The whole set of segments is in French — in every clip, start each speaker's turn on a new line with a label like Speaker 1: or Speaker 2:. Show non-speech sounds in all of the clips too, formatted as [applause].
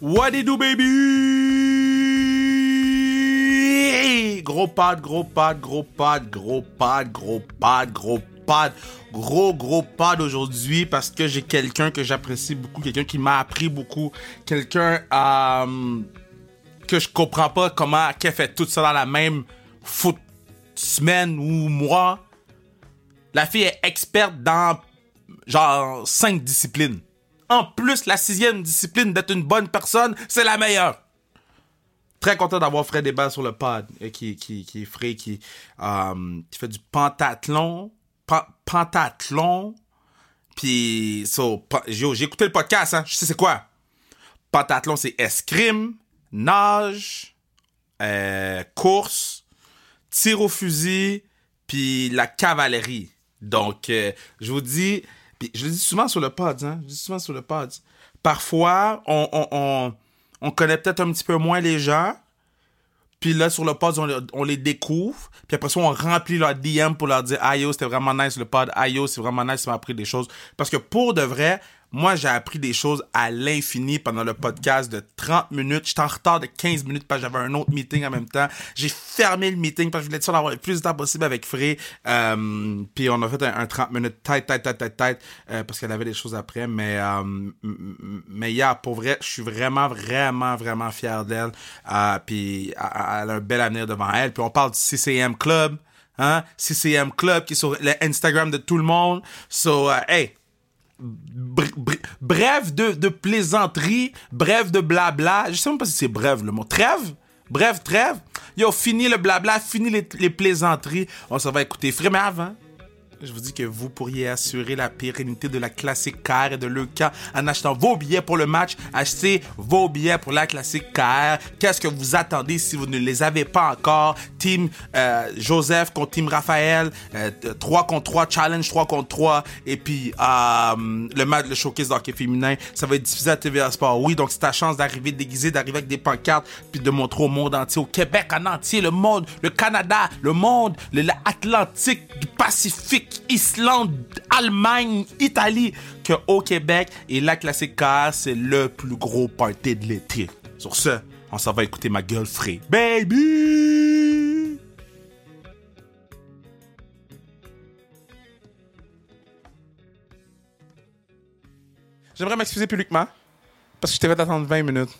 Speaker 1: What it do, baby? Gros pad, gros pad, gros pad, gros pad, gros pad, gros pad. Gros, gros pad aujourd'hui parce que j'ai quelqu'un que j'apprécie beaucoup, quelqu'un qui m'a appris beaucoup, quelqu'un euh, que je comprends pas comment, qui a fait tout ça dans la même foot semaine ou mois. La fille est experte dans genre cinq disciplines. En plus, la sixième discipline d'être une bonne personne, c'est la meilleure. Très content d'avoir Fred Débat sur le pad, euh, qui, qui, qui est frais, qui, euh, qui fait du pentathlon. pan- pentathlon. Puis, so, pan- yo, j'ai écouté le podcast, hein, je sais c'est quoi. Pentathlon, c'est escrime, nage, euh, course, tir au fusil, puis la cavalerie. Donc, euh, je vous dis, puis je le dis souvent sur le pod, hein, je le dis souvent sur le pod. Parfois, on, on, on, on connaît peut-être un petit peu moins les gens, puis là, sur le pod, on, on les découvre, puis après ça, on remplit leur DM pour leur dire « Ah yo, c'était vraiment nice le pod, ah yo, c'est vraiment nice, ça m'a appris des choses. » Parce que pour de vrai, moi, j'ai appris des choses à l'infini pendant le podcast de 30 minutes. J'étais en retard de 15 minutes parce que j'avais un autre meeting en même temps. J'ai fermé le meeting parce que je voulais être sûr d'avoir le plus de temps possible avec Fré. Euh, puis on a fait un, un 30 minutes tête, tête, tête, tête, tête euh, parce qu'elle avait des choses après. Mais, euh, m- m- mais yeah, pour vrai, je suis vraiment, vraiment, vraiment fier d'elle. Euh, puis elle elle a un bel avenir devant elle. Puis on parle du CCM Club. Hein? CCM Club qui est sur l'Instagram de tout le monde. So, euh, hey, br- br- bref de, de plaisanterie, bref de blabla. Je sais même pas si c'est bref le mot. Trêve? Bref, trêve. Yo, fini le blabla, fini les, les plaisanteries. On s'en va écouter. hein? Frère, mais avant, je vous dis que vous pourriez assurer la pérennité de la classique KR et de l'EK en achetant vos billets pour le match. Achetez vos billets pour la classique KR. Qu'est-ce que vous attendez si vous ne les avez pas encore? Team euh, Joseph contre Team Raphaël, euh, t- 3 contre 3, challenge 3 contre 3. Et puis euh, le match, le showcase d'hockey féminin, ça va être diffusé à TVA Sport. Oui, donc c'est ta chance d'arriver déguisé, d'arriver avec des pancartes, puis de montrer au monde entier, au Québec en entier, le monde, le Canada, le monde, le- l'Atlantique, du Pacifique, Islande, Allemagne, Italie, que au Québec et la classique car c'est le plus gros party de l'été. Sur ce, on s'en va écouter ma gueule frais. Baby! J'aimerais m'excuser publiquement parce que je t'ai fait attendre 20 minutes.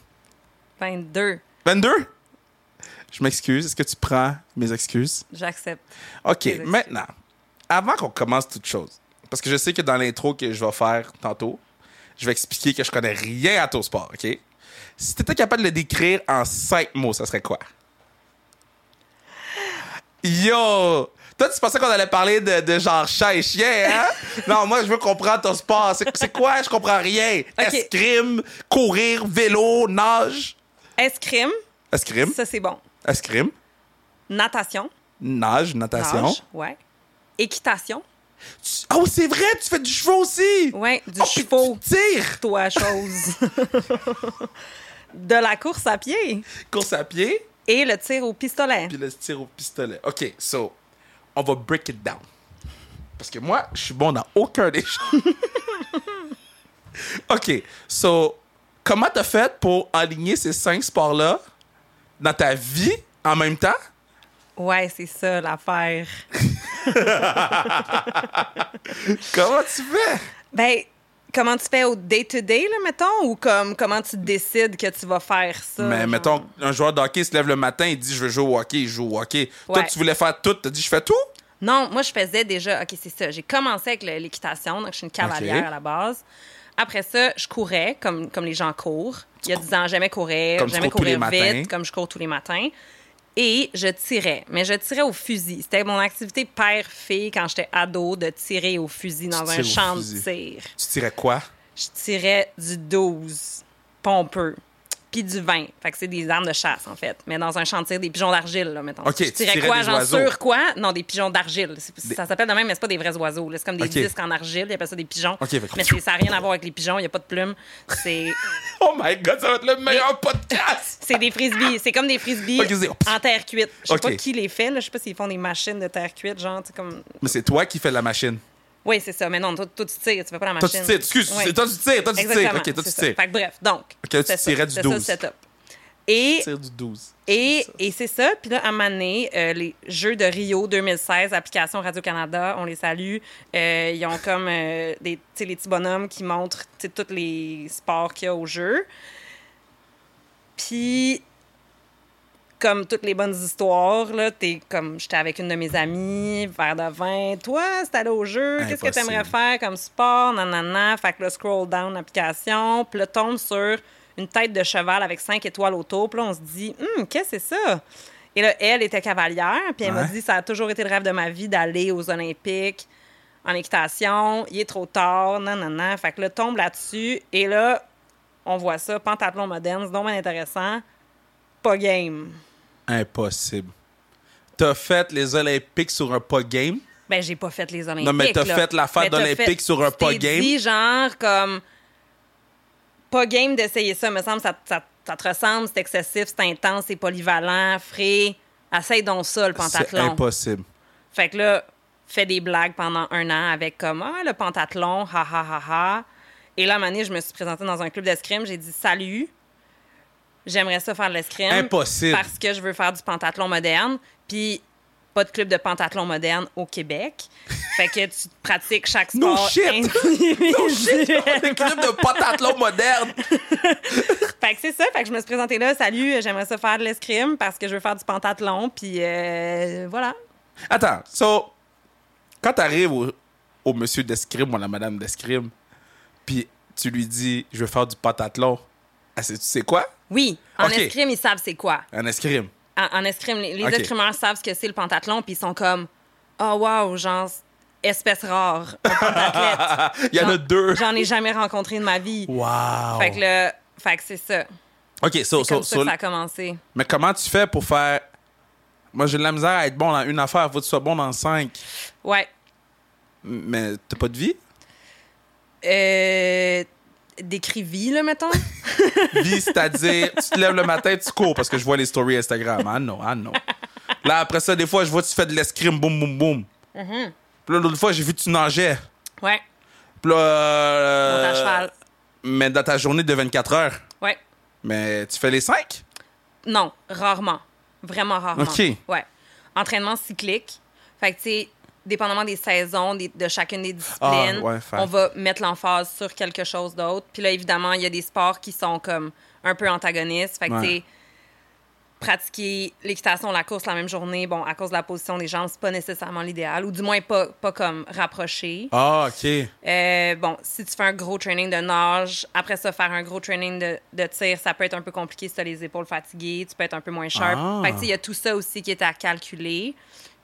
Speaker 2: 22.
Speaker 1: 22? Je m'excuse. Est-ce que tu prends mes excuses?
Speaker 2: J'accepte.
Speaker 1: OK,
Speaker 2: excuses.
Speaker 1: maintenant, avant qu'on commence toute chose, parce que je sais que dans l'intro que je vais faire tantôt, je vais expliquer que je connais rien à ton sport, OK? Si tu étais capable de le décrire en cinq mots, ça serait quoi? Yo! Toi, tu pensais qu'on allait parler de, de genre chat et chien,
Speaker 2: [laughs]
Speaker 1: hein? non, moi, je veux comprendre ton sport. C'est c'est quoi? Je comprends rien.
Speaker 2: OK.
Speaker 1: Escrime, courir, vélo, nage.
Speaker 2: Escrime,
Speaker 1: Escrime,
Speaker 2: ça c'est bon.
Speaker 1: escrime,
Speaker 2: Natation.
Speaker 1: nage, natation.
Speaker 2: Nage, ouais. Équitation.
Speaker 1: Tu- Oh, c'est vrai, tu fais du chevaux aussi!
Speaker 2: Ouais, du
Speaker 1: Oh, puis
Speaker 2: chevaux.
Speaker 1: Tu tires!
Speaker 2: Toi, chose. de la course à pied
Speaker 1: Course à pied,
Speaker 2: et le tir au pistolet.
Speaker 1: puis le tir au pistolet. OK, so, on va break it down. Parce que moi, je suis bon dans aucun des choses. [laughs] OK, so, comment t'as fait pour aligner ces cinq sports-là dans ta vie en même temps?
Speaker 2: Ouais, c'est ça l'affaire.
Speaker 1: Comment tu fais?
Speaker 2: Ben, comment tu fais au day-to-day, là, mettons, ou comme comment tu décides que tu vas faire ça?
Speaker 1: Mais
Speaker 2: Euh, genre?
Speaker 1: mettons, un joueur de hockey se lève le matin, il dit je veux jouer au hockey, il joue au hockey. Toi,
Speaker 2: Ouais.
Speaker 1: tu voulais faire tout, t'as dit je fais tout?
Speaker 2: Non, moi, je faisais déjà. OK, c'est ça. J'ai commencé avec le- l'équitation. Donc, je suis une cavalière
Speaker 1: OK.
Speaker 2: à la base. Après ça, je courais comme, comme les gens courent. Il y a 10 ans, jamais courir,
Speaker 1: Comme tu
Speaker 2: jamais
Speaker 1: cours tous les
Speaker 2: courir vite,
Speaker 1: matins.
Speaker 2: comme je cours tous les matins. Et je tirais. Mais je tirais au fusil. C'était mon activité père-fille quand j'étais ado de tirer au fusil dans un
Speaker 1: tires au
Speaker 2: champ de
Speaker 1: fusil.
Speaker 2: tir.
Speaker 1: Tu tirais quoi?
Speaker 2: Je tirais du 12 pompeux. Puis du 20. Fait que c'est des armes de chasse, en fait. Mais dans un champ de tir, des pigeons d'argile, là, mettons.
Speaker 1: OK,
Speaker 2: Je
Speaker 1: tu tirais
Speaker 2: quoi,
Speaker 1: des
Speaker 2: genre
Speaker 1: oiseaux.
Speaker 2: sur quoi? Non, des pigeons d'argile. C'est- Ça s'appelle de même, mais c'est pas des vrais oiseaux. là. C'est comme des
Speaker 1: OK.
Speaker 2: disques en argile, ils appellent ça des pigeons.
Speaker 1: OK, fait que-
Speaker 2: mais c'est- ça n'a rien à voir avec les pigeons, il n'y a pas de plumes. C'est
Speaker 1: Oh my god, ça va être le meilleur podcast!
Speaker 2: c'est des frisbees. C'est comme des frisbees
Speaker 1: OK, c'est-
Speaker 2: en terre cuite. Je sais
Speaker 1: OK.
Speaker 2: pas qui les fait, là. je sais pas s'ils font des machines de terre cuite, genre, tu sais, comme.
Speaker 1: Mais c'est toi qui fais la machine.
Speaker 2: Oui, c'est ça. Mais non, toi, toi, tu tires, tu fais pas
Speaker 1: Toi,
Speaker 2: la machine.
Speaker 1: tu tires, excuse,
Speaker 2: Oui.
Speaker 1: c'est- toi, tu tires, toi, tu tires.
Speaker 2: Exactement,
Speaker 1: Ok, toi, tu
Speaker 2: c'est ça.
Speaker 1: tires.
Speaker 2: Fait que bref, donc.
Speaker 1: toi, tu
Speaker 2: c'est ça,
Speaker 1: tirais du
Speaker 2: c'est
Speaker 1: 12.
Speaker 2: ça, le setup. Et,
Speaker 1: Tire du 12.
Speaker 2: et, et c'est ça. Puis là, à un moment donné, euh, les Jeux de Rio 2016, application Radio-Canada, on les salue. Euh, ils ont comme euh, des, tu sais, les petits bonhommes qui montrent tu sais, tous les sports qu'il y a au jeu. Puis, comme toutes les bonnes histoires, là, t'es comme, j'étais avec une de mes amies, verre de vin, toi, c'est allé au jeu, qu'est-ce que
Speaker 1: Impossible.
Speaker 2: t'aimerais faire comme sport, nanana, fait que là, scroll down l'application, puis là, tombe sur une tête de cheval avec cinq étoiles autour, puis là, on se dit, hum, qu'est-ce que c'est ça? Et là, elle était cavalière, puis elle m'a
Speaker 1: Ouais.
Speaker 2: dit, ça a toujours été le rêve de ma vie d'aller aux Olympiques en équitation, il est trop tard, nanana, fait que là, tombe là-dessus, et là, on voit ça, pantalon moderne, c'est donc bien intéressant, pas game.
Speaker 1: Impossible. T'as fait les Olympiques sur un pas game.
Speaker 2: Ben, j'ai pas fait les Olympiques.
Speaker 1: Non, mais t'as
Speaker 2: là.
Speaker 1: fait l'affaire
Speaker 2: Mais t'as
Speaker 1: d'Olympique
Speaker 2: fait-
Speaker 1: sur un
Speaker 2: tu
Speaker 1: pas
Speaker 2: t'es
Speaker 1: game.
Speaker 2: dit, genre, comme. Pas game d'essayer ça, me semble, ça, ça, ça te ressemble, c'est excessif, c'est intense, c'est polyvalent, frais. Essaye donc ça, le
Speaker 1: C'est
Speaker 2: pentathlon.
Speaker 1: impossible.
Speaker 2: Fait que là, fais des blagues pendant un an avec comme Ah, le pentathlon, ha ha ha ha. Et là, à un moment donné, je me suis présentée dans un club d'escrime, j'ai dit Salut, j'aimerais ça faire de l'escrime.
Speaker 1: Impossible.
Speaker 2: Parce que je veux faire du pentathlon moderne. Puis, pas de club de pentathlon moderne au Québec.
Speaker 1: [laughs]
Speaker 2: fait que tu pratiques chaque sport.
Speaker 1: No shit! [laughs]
Speaker 2: no [laughs]
Speaker 1: Le club de pentathlon moderne.
Speaker 2: Fait que c'est ça, fait que je me suis présentée là, salut, euh, j'aimerais ça faire de l'escrime parce que je veux faire du pentathlon, puis euh, voilà.
Speaker 1: Attends, so, quand t'arrives au, au monsieur d'escrime ou à la madame d'escrime, puis tu lui dis, je veux faire du pentathlon, ah, c'est- tu sais quoi?
Speaker 2: Oui, en
Speaker 1: Ok.
Speaker 2: escrime, ils savent c'est quoi.
Speaker 1: Un escrime.
Speaker 2: en, en escrime, les, les
Speaker 1: Ok.
Speaker 2: escrimeurs savent ce que c'est le pentathlon, puis ils sont comme Oh, wow, genre, espèce rare, un pentathlète.
Speaker 1: [laughs] Il y en a
Speaker 2: J'en-
Speaker 1: deux.
Speaker 2: J'en ai jamais rencontré de ma vie.
Speaker 1: Wow.
Speaker 2: Fait que là, fait que c'est ça.
Speaker 1: OK, so, so,
Speaker 2: Comme ça
Speaker 1: so-
Speaker 2: que ça a commencé.
Speaker 1: mais comment tu fais pour faire... Moi, j'ai de la misère à être bon dans une affaire. Faut que tu sois bon dans cinq.
Speaker 2: Ouais.
Speaker 1: M- Mais t'as pas de vie?
Speaker 2: Euh, Décrivis,
Speaker 1: [laughs]
Speaker 2: là, mettons.
Speaker 1: Vie, [laughs] c'est-à-dire, tu te lèves le matin, tu cours, parce que je vois les stories Instagram. Ah non, ah non. Là, après ça, des fois, je vois que tu fais de l'escrime, boum, boum, boum.
Speaker 2: Mm-hmm.
Speaker 1: Puis là, l'autre fois, j'ai vu que tu nageais.
Speaker 2: ouais.
Speaker 1: Puis là, euh,
Speaker 2: Monte à cheval.
Speaker 1: Mais dans ta journée de 24 heures.
Speaker 2: Ouais.
Speaker 1: Mais tu fais les 5?
Speaker 2: Non, rarement. Vraiment rarement.
Speaker 1: OK.
Speaker 2: Ouais. Entraînement cyclique. Fait que, tu sais, dépendamment des saisons, des- de chacune des disciplines,
Speaker 1: Ah, ouais, fait.
Speaker 2: on va mettre l'emphase sur quelque chose d'autre. Puis là, évidemment, il y a des sports qui sont comme un peu antagonistes. Fait que,
Speaker 1: Ouais.
Speaker 2: tu sais, pratiquer l'équitation, la course la même journée, bon, à cause de la position des jambes, c'est pas nécessairement l'idéal, ou du moins pas, pas comme rapproché.
Speaker 1: Ah, OK.
Speaker 2: Euh, bon, si tu fais un gros training de nage, après ça, faire un gros training de, de tir, ça peut être un peu compliqué si tu as les épaules fatiguées, tu peux être un peu moins sharp.
Speaker 1: Ah.
Speaker 2: Fait que, tu sais, il y a tout ça aussi qui est à calculer.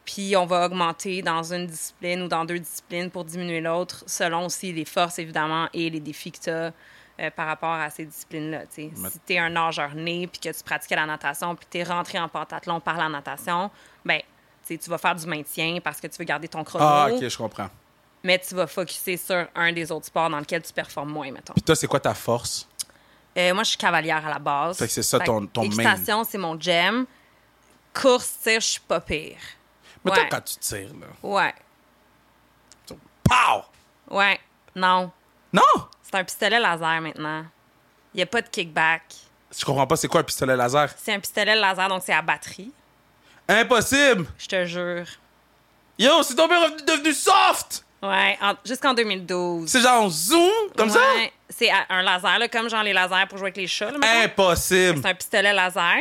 Speaker 2: Puis on va augmenter dans une discipline ou dans deux disciplines pour diminuer l'autre, selon aussi les forces, évidemment, et les défis que tu as. par rapport à ces disciplines-là. tu sais.
Speaker 1: Mais-
Speaker 2: Si tu es un nageur né, puis que tu pratiquais la natation, puis tu es rentré en pentathlon par la natation, ben, tu sais, tu vas faire du maintien parce que tu veux garder ton chrono
Speaker 1: Ah, OK, je comprends.
Speaker 2: mais tu vas focuser sur un des autres sports dans lequel tu performes moins, mettons.
Speaker 1: Puis toi, c'est quoi ta force?
Speaker 2: Euh, moi, je suis cavalière à la base.
Speaker 1: Fait que c'est ça ton- ton main.
Speaker 2: Équitation, c'est mon jam. Course, tir, je suis pas pire.
Speaker 1: Mais toi,
Speaker 2: Ouais.
Speaker 1: quand tu tires, là...
Speaker 2: Ouais,
Speaker 1: tu- Pow!
Speaker 2: ouais, non.
Speaker 1: Non!
Speaker 2: C'est un pistolet laser maintenant. Il n'y a pas de kickback.
Speaker 1: Je comprends pas c'est quoi un pistolet laser.
Speaker 2: C'est un pistolet laser, donc c'est à batterie.
Speaker 1: Impossible!
Speaker 2: Je te jure.
Speaker 1: Yo, c'est tombé revenu- devenu soft!
Speaker 2: Ouais, en- jusqu'en 2012.
Speaker 1: C'est genre zoom, comme ça?
Speaker 2: Ouais, C'est à- un laser, là, comme genre les lasers pour jouer avec les chats. là, mettons.
Speaker 1: Impossible!
Speaker 2: C'est un pistolet laser.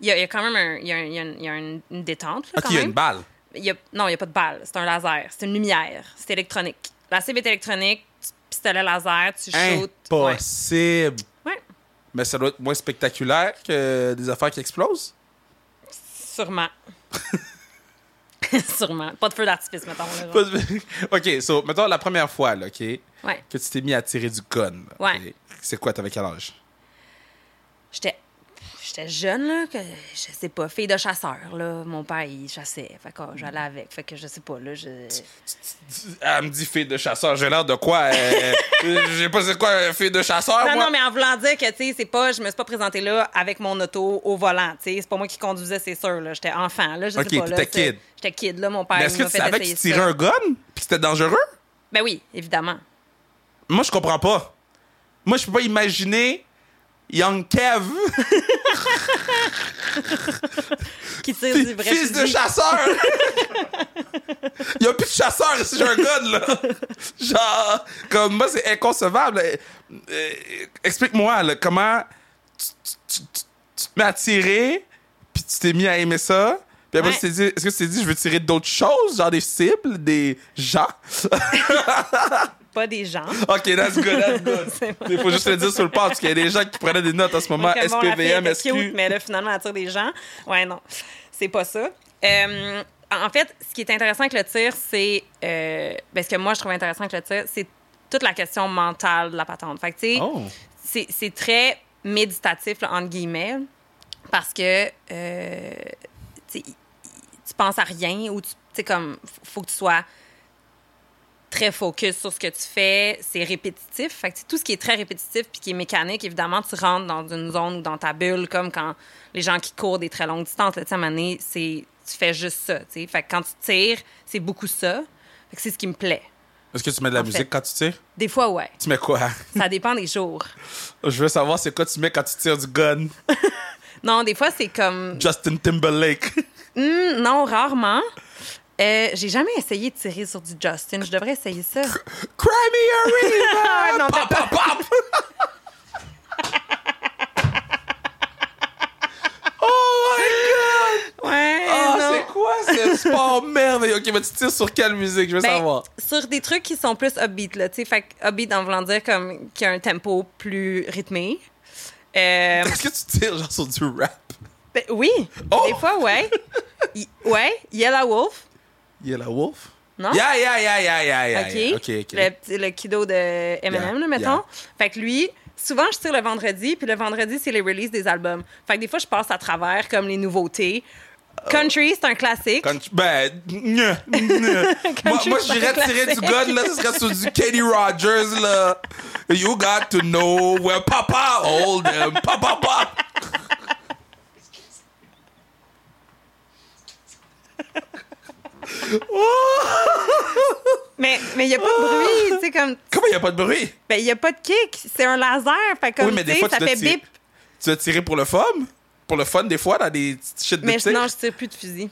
Speaker 2: Il y a, il y a quand même un- il y a un- il y a une- il y a une, une détente. Là,
Speaker 1: OK,
Speaker 2: quand
Speaker 1: il y a
Speaker 2: même.
Speaker 1: une balle.
Speaker 2: Il y a- non, il n'y a pas de balle. C'est un laser. C'est une lumière. C'est électronique. La cible est électronique. tu- Pistolet laser, tu shootes. Ouais.
Speaker 1: Impossible!
Speaker 2: Ouais,
Speaker 1: Mais ça doit être moins spectaculaire que des affaires qui explosent. [laughs]
Speaker 2: sûrement. [laughs] sûrement. Pas de feu d'artifice, mettons. là, genre.
Speaker 1: OK, so, mettons la première fois, là, OK,
Speaker 2: Ouais.
Speaker 1: que tu t'es mis à tirer du con. là,
Speaker 2: Ouais.
Speaker 1: OK, C'est quoi, t'avais quel âge?
Speaker 2: J'étais. J'étais jeune, là, que je sais pas, fille de chasseur, là. Mon père, il chassait. Fait que oh, j'allais avec. Fait que je sais pas, là. Je...
Speaker 1: Elle me dit fille de chasseur, j'ai l'air de quoi?
Speaker 2: [laughs]
Speaker 1: euh, euh, j'ai pas c'est quoi, euh, fille de chasseur,
Speaker 2: Non,
Speaker 1: moi?
Speaker 2: non, mais en voulant dire que, tu sais, c'est pas. Je me suis pas présentée là avec mon auto au volant, tu sais. C'est pas moi qui conduisais, c'est sûr, là. J'étais enfant, là. Je sais
Speaker 1: Ok,
Speaker 2: pas, là,
Speaker 1: t'étais
Speaker 2: c'est-
Speaker 1: kid.
Speaker 2: J'étais kid, là. Mon père,
Speaker 1: Mais est-ce
Speaker 2: il
Speaker 1: que
Speaker 2: m'a
Speaker 1: tu
Speaker 2: fait
Speaker 1: savais que
Speaker 2: essayer
Speaker 1: tu
Speaker 2: ça.
Speaker 1: tirais un gun? Puis que c'était dangereux?
Speaker 2: Ben oui, évidemment.
Speaker 1: Moi, je comprends pas. Moi, je peux pas imaginer Young
Speaker 2: [laughs]
Speaker 1: Kev,
Speaker 2: Qui tire du vrai
Speaker 1: fils de
Speaker 2: fusil. [laughs]
Speaker 1: chasseur. Il y a plus de chasseur si j'ai un gun, là. Genre, comme moi, c'est inconcevable. Euh, euh, Explique-moi, là, comment tu, tu- tu- tu- tu te mets à tirer, puis tu t'es mis à aimer ça. Puis après,
Speaker 2: Ouais.
Speaker 1: tu t'es dit, est-ce que tu t'es dit, je veux tirer d'autres choses, genre des cibles, des gens? [laughs]
Speaker 2: Pas des gens.
Speaker 1: OK, that's good, that's
Speaker 2: [laughs] C'est
Speaker 1: good.
Speaker 2: bon.
Speaker 1: Il faut juste le dire sur le pas, parce qu'il y a des gens qui prenaient des notes en ce moment.
Speaker 2: Donc, bon, la fille
Speaker 1: SPVM,
Speaker 2: était
Speaker 1: SQ.
Speaker 2: cute, mais là, finalement, elle tire des gens. Ouais, non, c'est pas ça. Euh, en fait, ce qui est intéressant avec le tir, c'est. euh, ben, ce que moi, je trouve intéressant avec le tir, c'est toute la question mentale de la patente. Fait que, tu sais,
Speaker 1: Oh.
Speaker 2: c'est- c'est très méditatif, là, entre guillemets, parce que. euh, tu sais, tu penses à rien ou tu sais comme f- faut que tu sois très focus sur ce que tu fais, c'est répétitif. Fait que tu sais, tout ce qui est très répétitif puis qui est mécanique, évidemment, tu rentres dans une zone ou dans ta bulle comme quand les gens qui courent des très longues distances, là, tu sais, à un moment donné, c'est tu fais juste ça, tu sais. Fait que quand tu tires, c'est beaucoup ça. Fait que c'est ce qui me plaît.
Speaker 1: Est-ce que tu mets de la
Speaker 2: En fait.
Speaker 1: musique quand tu tires?
Speaker 2: Des fois, ouais.
Speaker 1: Tu mets quoi?
Speaker 2: Ça dépend des jours.
Speaker 1: Je veux savoir c'est quoi tu mets quand tu tires du gun.
Speaker 2: Non, des fois, c'est comme...
Speaker 1: Justin Timberlake.
Speaker 2: Hmm, non, rarement. Euh, J'ai jamais essayé de tirer sur du Justin. Je devrais essayer ça.
Speaker 1: [laughs] Cry me a [laughs] river!
Speaker 2: Non,
Speaker 1: pop, pop, pop! [laughs] oh my God!
Speaker 2: [laughs] Ouais,
Speaker 1: Ah,
Speaker 2: non.
Speaker 1: c'est quoi ce sport merveilleux? OK, mais tu tires sur quelle musique? Je veux
Speaker 2: Ben,
Speaker 1: savoir.
Speaker 2: Sur des trucs qui sont plus upbeat, là, tu sais. Fait que upbeat, en voulant dire comme qu'il y a un tempo plus rythmé.
Speaker 1: [laughs]
Speaker 2: Euh,
Speaker 1: Est-ce que tu tires genre sur du rap?
Speaker 2: ben, oui,
Speaker 1: Oh!
Speaker 2: des fois, ouais. Y- ouais, Yellow Wolf,
Speaker 1: Yellow Wolf?
Speaker 2: non?
Speaker 1: Yeah, yeah, yeah, yeah, yeah, yeah.
Speaker 2: OK.
Speaker 1: yeah. OK, OK.
Speaker 2: Le, petit- le kiddo de Eminem,
Speaker 1: Yeah,
Speaker 2: là, mettons.
Speaker 1: yeah.
Speaker 2: Fait que lui, souvent, je tire le vendredi, puis le vendredi, c'est les releases des albums. Fait que des fois, je passe à travers comme les nouveautés.
Speaker 1: Euh,
Speaker 2: Country, c'est un classique.
Speaker 1: Country- Ben, gne, gne. moi,
Speaker 2: Country,
Speaker 1: moi
Speaker 2: c'est
Speaker 1: j'irais
Speaker 2: un
Speaker 1: tirer du
Speaker 2: classique.
Speaker 1: gun, là, ce serait sur du Kenny Rogers, là. You got to know where papa hold him. Papa, papa.
Speaker 2: Mais il n'y a pas de bruit, tu sais, comme...
Speaker 1: Comment il n'y a pas de bruit?
Speaker 2: Ben, il n'y a pas de kick, c'est un laser. Fait comme,
Speaker 1: oui, mais des
Speaker 2: tu
Speaker 1: fois,
Speaker 2: sais, ça
Speaker 1: tu
Speaker 2: fait
Speaker 1: dois tirer.
Speaker 2: bip.
Speaker 1: Tu dois tirer pour le fun? Pour le fun, des fois, dans des petites shit de
Speaker 2: Mais
Speaker 1: tir.
Speaker 2: non, je tire plus de fusil.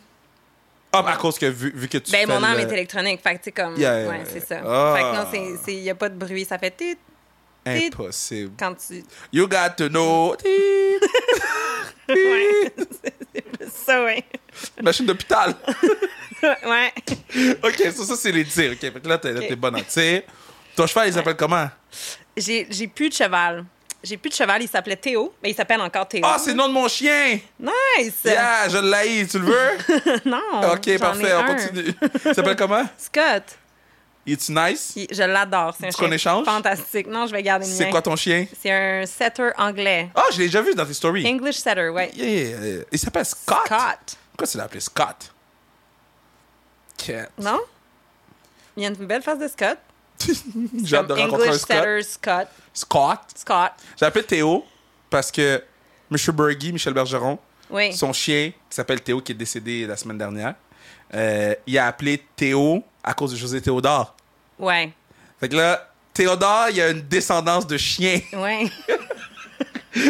Speaker 1: Ah, mais à cause que vu, vu que tu fais
Speaker 2: Ben, mon arme
Speaker 1: le-
Speaker 2: est électronique. Fait que, tu sais, comme.
Speaker 1: Yeah, yeah,
Speaker 2: ouais,
Speaker 1: yeah.
Speaker 2: c'est ça.
Speaker 1: Ah.
Speaker 2: Fait que non, c'est- c'est- il n'y a pas de bruit. Ça fait tit
Speaker 1: Impossible.
Speaker 2: quand tu.
Speaker 1: You got to know.
Speaker 2: [laughs] Ouais. c'est plus ça, ouais.
Speaker 1: Machine d'hôpital.
Speaker 2: [laughs] ouais.
Speaker 1: OK, ça, ça c'est les tirs. OK, fait que là, t'es là,
Speaker 2: OK.
Speaker 1: t'es bonne en tir. Ton cheval, il s'appelle comment?
Speaker 2: J'ai j'ai plus de cheval. J'ai plus de cheval. Il s'appelait Théo. Mais il s'appelle encore Théo.
Speaker 1: Ah, c'est le nom de mon chien!
Speaker 2: Nice!
Speaker 1: Yeah, je l'ai, tu le veux?
Speaker 2: [laughs] non!
Speaker 1: Ah, ok,
Speaker 2: j'en ai
Speaker 1: parfait, on
Speaker 2: un. [laughs]
Speaker 1: continue. Il s'appelle comment?
Speaker 2: Scott,
Speaker 1: Es-tu nice?
Speaker 2: il- je l'adore. C'est un
Speaker 1: Tu qu'on
Speaker 2: chien
Speaker 1: échange?
Speaker 2: Fantastique. Non, je vais garder le
Speaker 1: C'est
Speaker 2: mien.
Speaker 1: quoi ton chien?
Speaker 2: C'est un setter anglais.
Speaker 1: Ah, je l'ai déjà vu dans tes stories.
Speaker 2: English setter, ouais.
Speaker 1: Yeah, yeah, yeah. Il s'appelle Scott.
Speaker 2: Scott.
Speaker 1: Pourquoi tu l'as appelé Scott? Cat.
Speaker 2: Non? Il y a une belle face de Scott.
Speaker 1: [laughs] J'ai hâte de
Speaker 2: Comme
Speaker 1: rencontrer un
Speaker 2: English
Speaker 1: Scott.
Speaker 2: setter Scott.
Speaker 1: Scott.
Speaker 2: Scott.
Speaker 1: J'ai appelé Théo parce que M. Burgi, Michel Bergeron,
Speaker 2: Oui.
Speaker 1: son chien qui s'appelle Théo, qui est décédé la semaine dernière, euh, il a appelé Théo à cause de José Théodore.
Speaker 2: Ouais.
Speaker 1: Fait que là, Théodore, il a une descendance de chien.
Speaker 2: Ouais.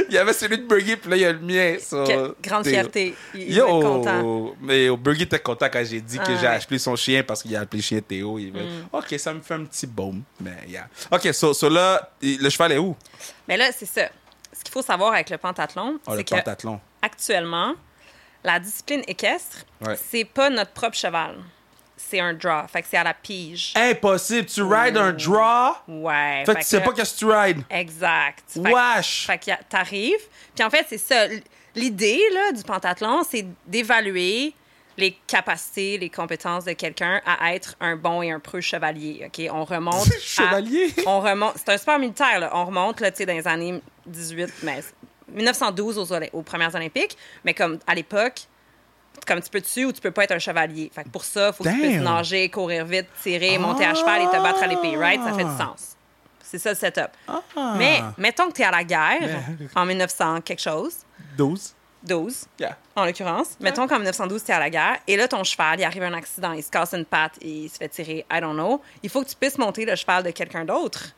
Speaker 1: Il y avait celui de Burgi, puis là, il y a le mien. so,
Speaker 2: Que- grande
Speaker 1: Théo.
Speaker 2: fierté. Il, il doit être content.
Speaker 1: Yo! Mais Burgi était content quand j'ai dit que
Speaker 2: Ah,
Speaker 1: j'ai
Speaker 2: ouais. Mm.
Speaker 1: appelé son chien parce qu'il a appelé chien Théo. Il va- Ok, ça me fait un petit baume. Mais yeah. Ok, so, so là, il- le cheval est où?
Speaker 2: Mais là, c'est ça. Ce qu'il faut savoir avec le pentathlon,
Speaker 1: Oh, le
Speaker 2: c'est que
Speaker 1: pentathlon.
Speaker 2: actuellement, la discipline équestre,
Speaker 1: Ouais.
Speaker 2: c'est pas notre propre cheval. C'est un draw. Fait que c'est à la pige.
Speaker 1: Impossible, tu rides un draw.
Speaker 2: Ouais.
Speaker 1: Eh! Fait que tu sais pas qu'est-ce que tu rides.
Speaker 2: Exact. Fait que-
Speaker 1: Wesh!
Speaker 2: Fait que y a- t'arrives. Puis en fait, c'est ça. L- L'idée là, du pentathlon, c'est d'évaluer les capacités, les compétences de quelqu'un à être un bon et un preux chevalier. OK? On remonte. à-
Speaker 1: [laughs] Chevalier?
Speaker 2: on remonte. C'est un sport militaire, là. On remonte, là, tu sais, dans les années 18, mais 1912 aux, Oli- aux premières Olympiques. Mais comme à l'époque, comme tu peux dessus ou tu peux pas être un chevalier. Fait que pour ça, faut que tu puisses
Speaker 1: Damn. Ah!
Speaker 2: nager, courir vite, tirer, monter à cheval et te battre à l'épée, right? Ça fait du sens. C'est ça le
Speaker 1: Ah!
Speaker 2: setup. Mais mettons que tu es à la guerre
Speaker 1: Mais-
Speaker 2: en 1900 quelque chose.
Speaker 1: 12.
Speaker 2: 12,
Speaker 1: Yeah.
Speaker 2: en l'occurrence. Mettons qu'en 1912, t'es à la guerre, et là, ton cheval, il arrive un accident, il se casse une patte et il se fait tirer, I don't know. Il faut que tu puisses monter le cheval de quelqu'un d'autre.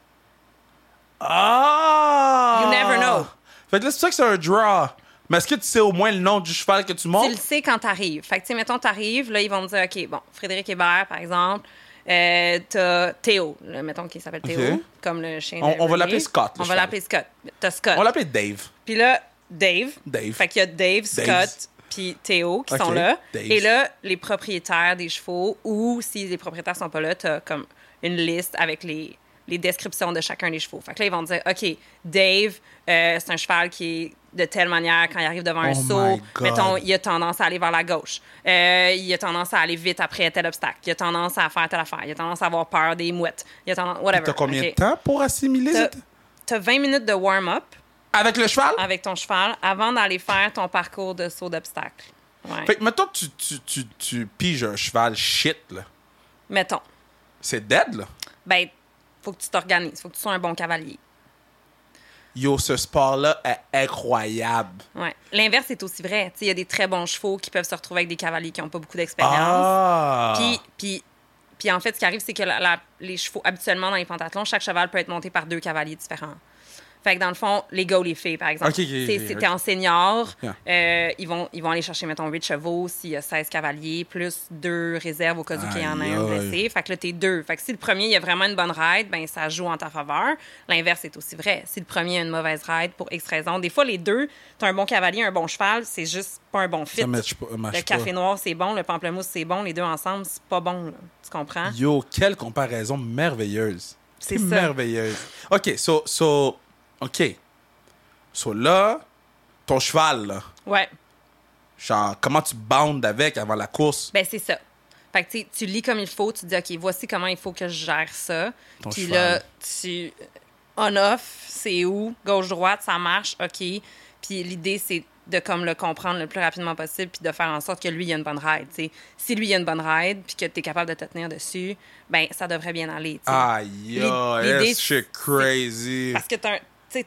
Speaker 1: Ah!
Speaker 2: You never know.
Speaker 1: Fait que là, c'est pour ça que c'est un draw. Mais est-ce que tu sais au moins le nom du cheval que tu
Speaker 2: Tu le
Speaker 1: montes?
Speaker 2: sais quand t'arrives. Fait que, tu sais, mettons, t'arrives, là, ils vont me dire, OK, bon, Frédéric Hébert, par exemple, euh, t'as Théo, là, mettons qu'il s'appelle Théo,
Speaker 1: Ok.
Speaker 2: comme le chien. de
Speaker 1: On- on va
Speaker 2: Renée.
Speaker 1: l'appeler Scott, le
Speaker 2: On va
Speaker 1: cheval.
Speaker 2: l'appeler Scott. T'as Scott.
Speaker 1: On l'appelait Dave.
Speaker 2: Puis là, Dave.
Speaker 1: Dave.
Speaker 2: Fait qu'il y a Dave, Scott, puis Théo qui
Speaker 1: Ok,
Speaker 2: sont là.
Speaker 1: Dave.
Speaker 2: Et là, les propriétaires des chevaux, ou si les propriétaires sont pas là, t'as comme une liste avec les, les descriptions de chacun des chevaux. Fait que là, ils vont dire, OK, Dave, euh, c'est un cheval qui est de telle manière quand il arrive devant un
Speaker 1: Oh
Speaker 2: saut,
Speaker 1: my God.
Speaker 2: mettons, il a tendance à aller vers la gauche. Euh, il a tendance à aller vite après tel obstacle. Il a tendance à faire telle affaire. Il a tendance à avoir peur des mouettes. Il a tendance... Whatever.
Speaker 1: T'as combien
Speaker 2: OK.
Speaker 1: de temps pour assimiler
Speaker 2: T'as-
Speaker 1: cette-
Speaker 2: T'as 20 minutes de warm-up
Speaker 1: Avec le cheval?
Speaker 2: avec ton cheval avant d'aller faire ton parcours de saut d'obstacle. Ouais.
Speaker 1: Fait que mettons que tu, tu, tu, tu piges un cheval shit, là.
Speaker 2: Mettons.
Speaker 1: C'est dead, là.
Speaker 2: Ben, faut que tu t'organises, faut que tu sois un bon cavalier.
Speaker 1: Yo, ce sport-là est incroyable.
Speaker 2: Ouais. L'inverse est aussi vrai. Tu sais, Il y a des très bons chevaux qui peuvent se retrouver avec des cavaliers qui n'ont pas beaucoup d'expérience.
Speaker 1: Ah!
Speaker 2: Puis, puis, puis en fait, ce qui arrive, c'est que la- la- les chevaux, habituellement dans les pentathlons, chaque cheval peut être monté par deux cavaliers différents. Fait que dans le fond, les gars ou les filles, par exemple,
Speaker 1: Ok, ok, ok,
Speaker 2: C'est- c'est-
Speaker 1: ok.
Speaker 2: t'es en senior,
Speaker 1: Yeah.
Speaker 2: euh, ils, vont, ils vont aller chercher, mettons, 8 chevaux s'il y a 16 cavaliers, plus deux réserves au cas où il y en a
Speaker 1: Aïe,
Speaker 2: un
Speaker 1: aïe.
Speaker 2: blessé. Fait que là, t'es deux. Fait que si le premier, il y a vraiment une bonne ride, ben ça joue en ta faveur. L'inverse est aussi vrai. Si le premier a une mauvaise ride pour X raison, des fois, les deux, t'as un bon cavalier, un bon cheval, c'est juste pas un bon fit.
Speaker 1: Ça match pas- match
Speaker 2: Le
Speaker 1: pas.
Speaker 2: café noir, c'est bon. Le pamplemousse, c'est bon. Les deux ensemble, c'est pas bon. là. Tu comprends?
Speaker 1: Yo, quelle comparaison merveilleuse.
Speaker 2: C'est
Speaker 1: T'es
Speaker 2: ça.
Speaker 1: merveilleuse. OK, so, so, OK. So là, ton cheval, là,
Speaker 2: Ouais.
Speaker 1: genre, comment tu bandes avec avant la course?
Speaker 2: Ben, c'est ça. Fait que, tu sais, tu lis comme il faut, tu dis, OK, voici comment il faut que je gère ça.
Speaker 1: Ton
Speaker 2: Puis
Speaker 1: cheval.
Speaker 2: là, tu. On-off, c'est où? Gauche-droite, ça marche, OK. Puis l'idée, c'est de comme le comprendre le plus rapidement possible puis de faire en sorte que lui, il a une bonne ride, tu sais. Si lui, il a une bonne ride puis que tu es capable de te tenir dessus, ben ça devrait bien aller, tu sais.
Speaker 1: Ah, Aïe, yo,
Speaker 2: L'idée,
Speaker 1: this shit crazy.
Speaker 2: Parce que t'as un- tu sais,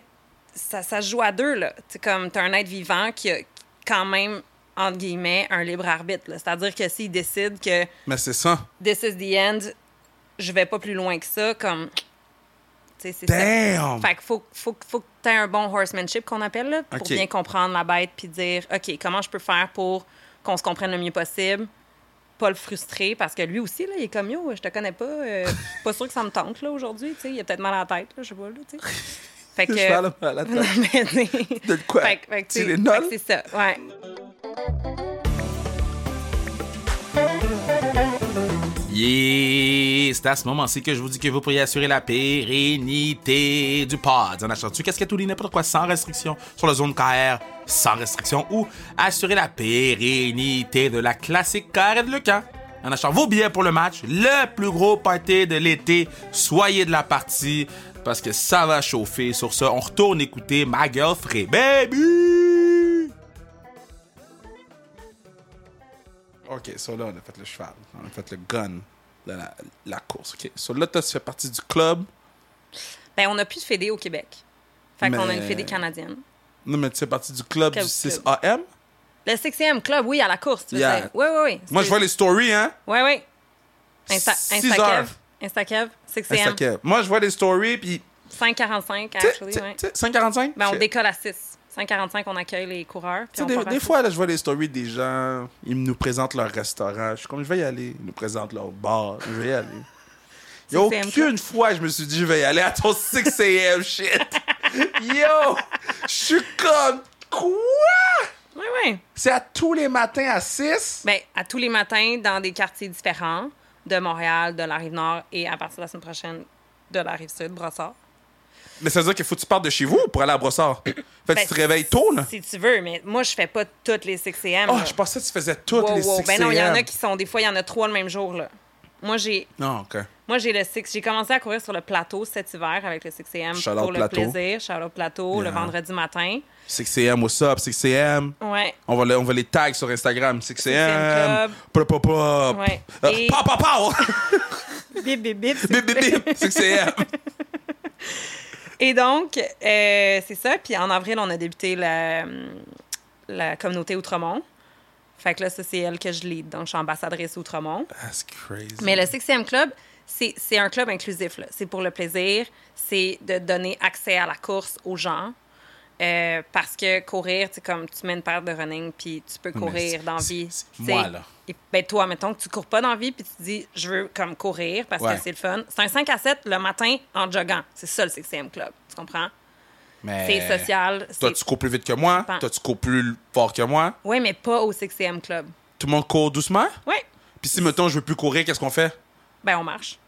Speaker 2: ça, ça se joue à deux, là. Tu sais, comme t'as un être vivant qui a quand même, entre guillemets, un libre arbitre, là. C'est-à-dire que s'il décide que
Speaker 1: Mais c'est ça.
Speaker 2: this is the end, je vais pas plus loin que ça, comme. Tu sais, c'est ça.
Speaker 1: Damn!
Speaker 2: Fait que faut, faut, faut que tu aies un bon horsemanship qu'on appelle, là, pour
Speaker 1: Ok.
Speaker 2: bien comprendre la bête puis dire, OK, comment je peux faire pour qu'on se comprenne le mieux possible, pas le frustrer, parce que lui aussi, là, il est comme yo, je te connais pas, euh, pas sûr que ça me tente, là, aujourd'hui, tu sais, il a peut-être mal à la tête, là, je sais pas, là, tu sais.
Speaker 1: [laughs]
Speaker 2: Fait que.
Speaker 1: Le cheval a mal à la tête.
Speaker 2: [laughs] Non, mais, tu sais.
Speaker 1: De quoi?
Speaker 2: Fait que- fait que, tu sais,
Speaker 1: Tylenol?
Speaker 2: fait que c'est ça, ouais.
Speaker 1: Yeah! C'est à ce moment-ci que je vous dis que vous pourriez assurer la pérennité du pod en achetant du casquette ou des n'importe quoi sans restriction sur la zone KR sans restriction ou assurer la pérennité de la classique carrée de Lecan en achetant vos billets pour le match, le plus gros pâté de l'été. Soyez de la partie parce que ça va chauffer. Sur ce, on retourne écouter ma girl Free Baby! OK, so là, on a fait le cheval. On a fait le gun de la, la course. OK, so là, toi, tu fais partie du club.
Speaker 2: Ben, on n'a plus de fédé au Québec. Fait qu'on a une
Speaker 1: Mais-
Speaker 2: fédé canadienne.
Speaker 1: Non, mais tu fais partie du club
Speaker 2: Quel
Speaker 1: du 6
Speaker 2: club?
Speaker 1: AM.
Speaker 2: Le 6e club, oui, à la course, tu veux
Speaker 1: Yeah.
Speaker 2: dire. Oui, oui, oui.
Speaker 1: Moi, je vois les stories, hein.
Speaker 2: Oui, oui. Insta,
Speaker 1: Six heures.
Speaker 2: Instakev. Instakev, 6e.
Speaker 1: Instagram. Moi, je vois les stories, puis...
Speaker 2: 5,45,
Speaker 1: tu sais,
Speaker 2: actually,
Speaker 1: tu sais,
Speaker 2: ouais.
Speaker 1: tu sais, 5,45?
Speaker 2: Ben, on
Speaker 1: Shit.
Speaker 2: décolle à 6. 5,45, on accueille les
Speaker 1: Tu
Speaker 2: coureurs. Puis
Speaker 1: sais,
Speaker 2: on
Speaker 1: des,
Speaker 2: part à
Speaker 1: des
Speaker 2: six.
Speaker 1: fois, là, je vois les stories des gens, ils nous présentent leur restaurant. Je suis comme, je vais y aller. Ils nous présentent leur bar. Je vais y
Speaker 2: [laughs]
Speaker 1: aller. Il n'y a
Speaker 2: 6 AM
Speaker 1: aucune fois, je me suis dit, je vais y aller à ton 6 AM shit.
Speaker 2: [laughs]
Speaker 1: Yo! Je suis comme, quoi?
Speaker 2: Oui, oui.
Speaker 1: C'est à tous les matins à 6?
Speaker 2: Ben, à tous les matins, dans des quartiers différents de Montréal, de la Rive-Nord et à partir de la semaine prochaine, de la Rive-Sud, Brossard.
Speaker 1: Mais ça veut dire qu'il faut que tu partes de chez vous pour aller à Brossard. Fait que
Speaker 2: Ben,
Speaker 1: tu te réveilles tôt, là.
Speaker 2: Si tu veux, mais moi, je fais pas toutes les 6e.
Speaker 1: Oh,
Speaker 2: là.
Speaker 1: je pensais que tu faisais toutes
Speaker 2: Wow,
Speaker 1: les 6
Speaker 2: wow. Ben non, il y en a
Speaker 1: AM.
Speaker 2: qui sont... Des fois, il y en a trois le même jour, là. Moi, j'ai
Speaker 1: Non, OK.
Speaker 2: Moi, j'ai le 6. J'ai commencé à courir sur le plateau cet hiver avec le 6CM
Speaker 1: Shout out
Speaker 2: pour le
Speaker 1: plateau.
Speaker 2: plaisir. Charlotte Plateau,
Speaker 1: Yeah.
Speaker 2: le vendredi matin.
Speaker 1: 6 AM, what's up? 6 AM.
Speaker 2: Ouais.
Speaker 1: On va, le- on va les tags sur Instagram. 6 AM.
Speaker 2: Club.
Speaker 1: Pop, pop, pop.
Speaker 2: Ouais.
Speaker 1: Euh,
Speaker 2: Et-
Speaker 1: Pow, pow, pow.
Speaker 2: [laughs] Bip, bip, bip.
Speaker 1: [laughs] Bip, bip,
Speaker 2: [laughs]
Speaker 1: bip. 6 AM.
Speaker 2: Et donc, euh, c'est ça. Puis en avril, on a débuté la, la communauté Outremont. Fait que là, ça, c'est elle que je lead. Donc, je suis ambassadrice Outremont.
Speaker 1: That's crazy.
Speaker 2: Mais le 6e Club, c'est c'est un club inclusif. là. C'est pour le plaisir. C'est de donner accès à la course aux gens. Euh, parce que courir, c'est comme tu mets une paire de running, puis tu peux
Speaker 1: mais
Speaker 2: courir
Speaker 1: c'est-
Speaker 2: dans la
Speaker 1: c'est-
Speaker 2: vie.
Speaker 1: c'est
Speaker 2: tu sais.
Speaker 1: moi, là.
Speaker 2: Et, ben toi, mettons que tu cours pas dans la vie, puis tu dis, je veux comme courir parce
Speaker 1: Ouais.
Speaker 2: que c'est le fun. C'est un 5 à 7 le matin en joguant. C'est ça le 6e club. Tu comprends?
Speaker 1: Mais
Speaker 2: C'est social.
Speaker 1: Euh, Toi, tu cours plus vite que moi.
Speaker 2: Pan.
Speaker 1: Toi, tu cours plus fort que moi.
Speaker 2: Oui, mais pas au 6e club.
Speaker 1: Tout le monde court doucement.
Speaker 2: Oui.
Speaker 1: Puis si, mettons, je veux plus courir, qu'est-ce qu'on fait?
Speaker 2: Ben, on marche.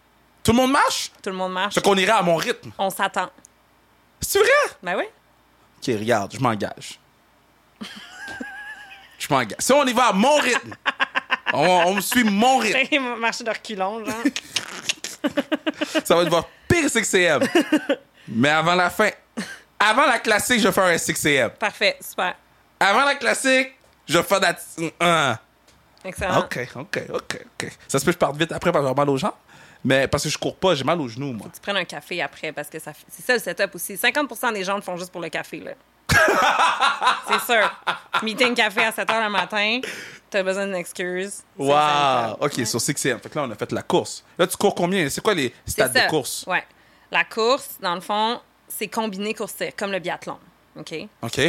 Speaker 1: Tout le monde marche?
Speaker 2: Tout le monde marche.
Speaker 1: Fait qu'on irait à mon rythme.
Speaker 2: On s'attend.
Speaker 1: C'est vrai?
Speaker 2: Ben oui. [laughs]
Speaker 1: OK, regarde, je m'engage. je m'engage. Si on y va à mon rythme, on, on me suit mon rythme.
Speaker 2: T'sais, marcher de reculons, genre.
Speaker 1: Ça va devoir pire 6CM. Mais avant la fin, avant la classique, je vais faire un 6CM.
Speaker 2: Parfait. Super.
Speaker 1: Avant la classique, je vais faire la... un.
Speaker 2: Excellent.
Speaker 1: OK, OK, OK, OK. Ça se peut que je parte vite après parce que j'ai mal aux jambes. Mais parce que je cours pas, j'ai mal aux genoux, moi.
Speaker 2: Tu prennes un café après parce que ça fait- c'est ça le setup aussi. 50 des gens le font juste pour le café, là.
Speaker 1: [laughs]
Speaker 2: c'est sûr. Meeting café à 7 h le matin, t'as besoin d'une excuse. C'est ça, le
Speaker 1: Wow!
Speaker 2: club.
Speaker 1: OK, sur 6CM. Fait que là, on a fait la course. Là, tu cours combien? C'est quoi les
Speaker 2: C'est
Speaker 1: stades de
Speaker 2: ça.
Speaker 1: course?
Speaker 2: Ouais. La course, dans le fond, c'est combiné course-tire, comme le biathlon. OK?
Speaker 1: OK.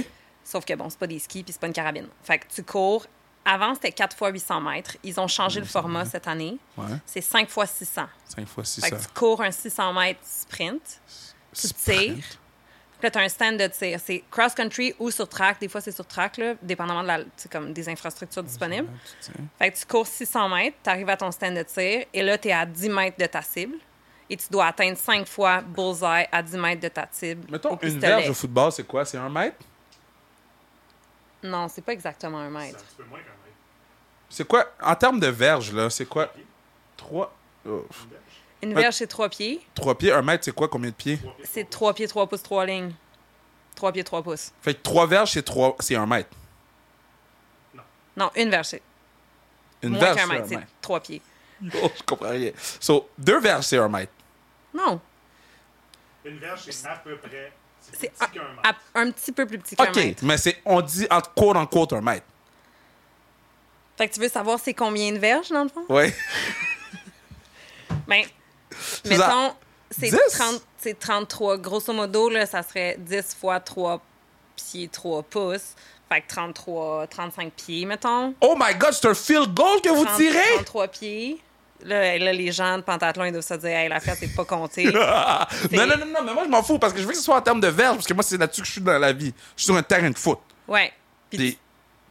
Speaker 2: Sauf que bon, c'est pas des skis puis c'est pas une carabine. Fait que tu cours. Avant, c'était 4 fois 800 mètres. Ils ont changé le format cette année.
Speaker 1: Ouais.
Speaker 2: C'est 5 fois 600.
Speaker 1: 5 fois 6
Speaker 2: Fait que tu cours un 600 mètres sprint, tu tires. Puis Là, tu as un stand de tir. C'est cross-country ou sur track. Des fois, c'est sur track, là, dépendamment de la, tu sais, comme des infrastructures disponibles. Fait que tu cours 600 mètres, tu arrives à ton stand de tir, et là, tu es à 10 mètres de ta cible. Et tu dois atteindre 5 fois bullseye à 10 mètres de ta cible. au
Speaker 1: Mettons, une
Speaker 2: pistolet.
Speaker 1: verge au football, c'est quoi? C'est un mètre?
Speaker 2: Non, c'est pas exactement un mètre.
Speaker 3: petit peu moins quand même.
Speaker 1: C'est quoi? En termes de verge, là, c'est quoi? 3...
Speaker 2: Une
Speaker 1: Ouais.
Speaker 2: verge, c'est 3 pieds.
Speaker 1: 3 pieds. 1 mètre, c'est quoi? Combien de pieds?
Speaker 2: C'est 3 pieds, 3 pouces, 3 lignes. 3 pieds, 3 pouces.
Speaker 1: Fait que 3 verges, c'est 3... C'est 1 mètre.
Speaker 2: Non, une verge, c'est
Speaker 1: Une
Speaker 2: moins
Speaker 1: verge,
Speaker 2: qu'un
Speaker 1: c'est
Speaker 2: mètre,
Speaker 1: 1
Speaker 2: c'est
Speaker 1: mètre. [laughs]
Speaker 2: 3 pieds.
Speaker 1: Oh, je comprends rien. So, 2 verges, c'est 1 mètre.
Speaker 2: Non,
Speaker 3: Une verge, c'est à peu près. C'est
Speaker 2: c'est
Speaker 3: plus
Speaker 2: un,
Speaker 3: petit qu'un mètre.
Speaker 2: à- un petit peu plus petit qu'un
Speaker 1: OK,
Speaker 2: mètre.
Speaker 1: mais c'est... On dit entre court en court, 1 mètre.
Speaker 2: Fait que tu veux savoir c'est combien de verges, dans le fond?
Speaker 1: Oui.
Speaker 2: Ben,
Speaker 1: C'est ça.
Speaker 2: mettons, c'est
Speaker 1: 10?
Speaker 2: 30 c'est 33. Grosso modo, là, ça serait 10 fois 3 pieds, 3 pouces. Fait que 33, 35 pieds, mettons.
Speaker 1: [laughs] Oh my God, c'est un field goal que vous
Speaker 2: 30
Speaker 1: tirez?
Speaker 2: 33 pieds. Là, là, les gens de Pentathlon, ils doivent se dire, hey, l'affaire, c'est
Speaker 1: [laughs]
Speaker 2: pas
Speaker 1: [laughs]
Speaker 2: compté.
Speaker 1: non, non, non, non, mais moi, je m'en fous parce que je veux que ce soit en termes de verge parce que moi, c'est là-dessus que je suis dans la vie. Je suis sur un terrain de foot.
Speaker 2: ouais. Puis
Speaker 1: Puis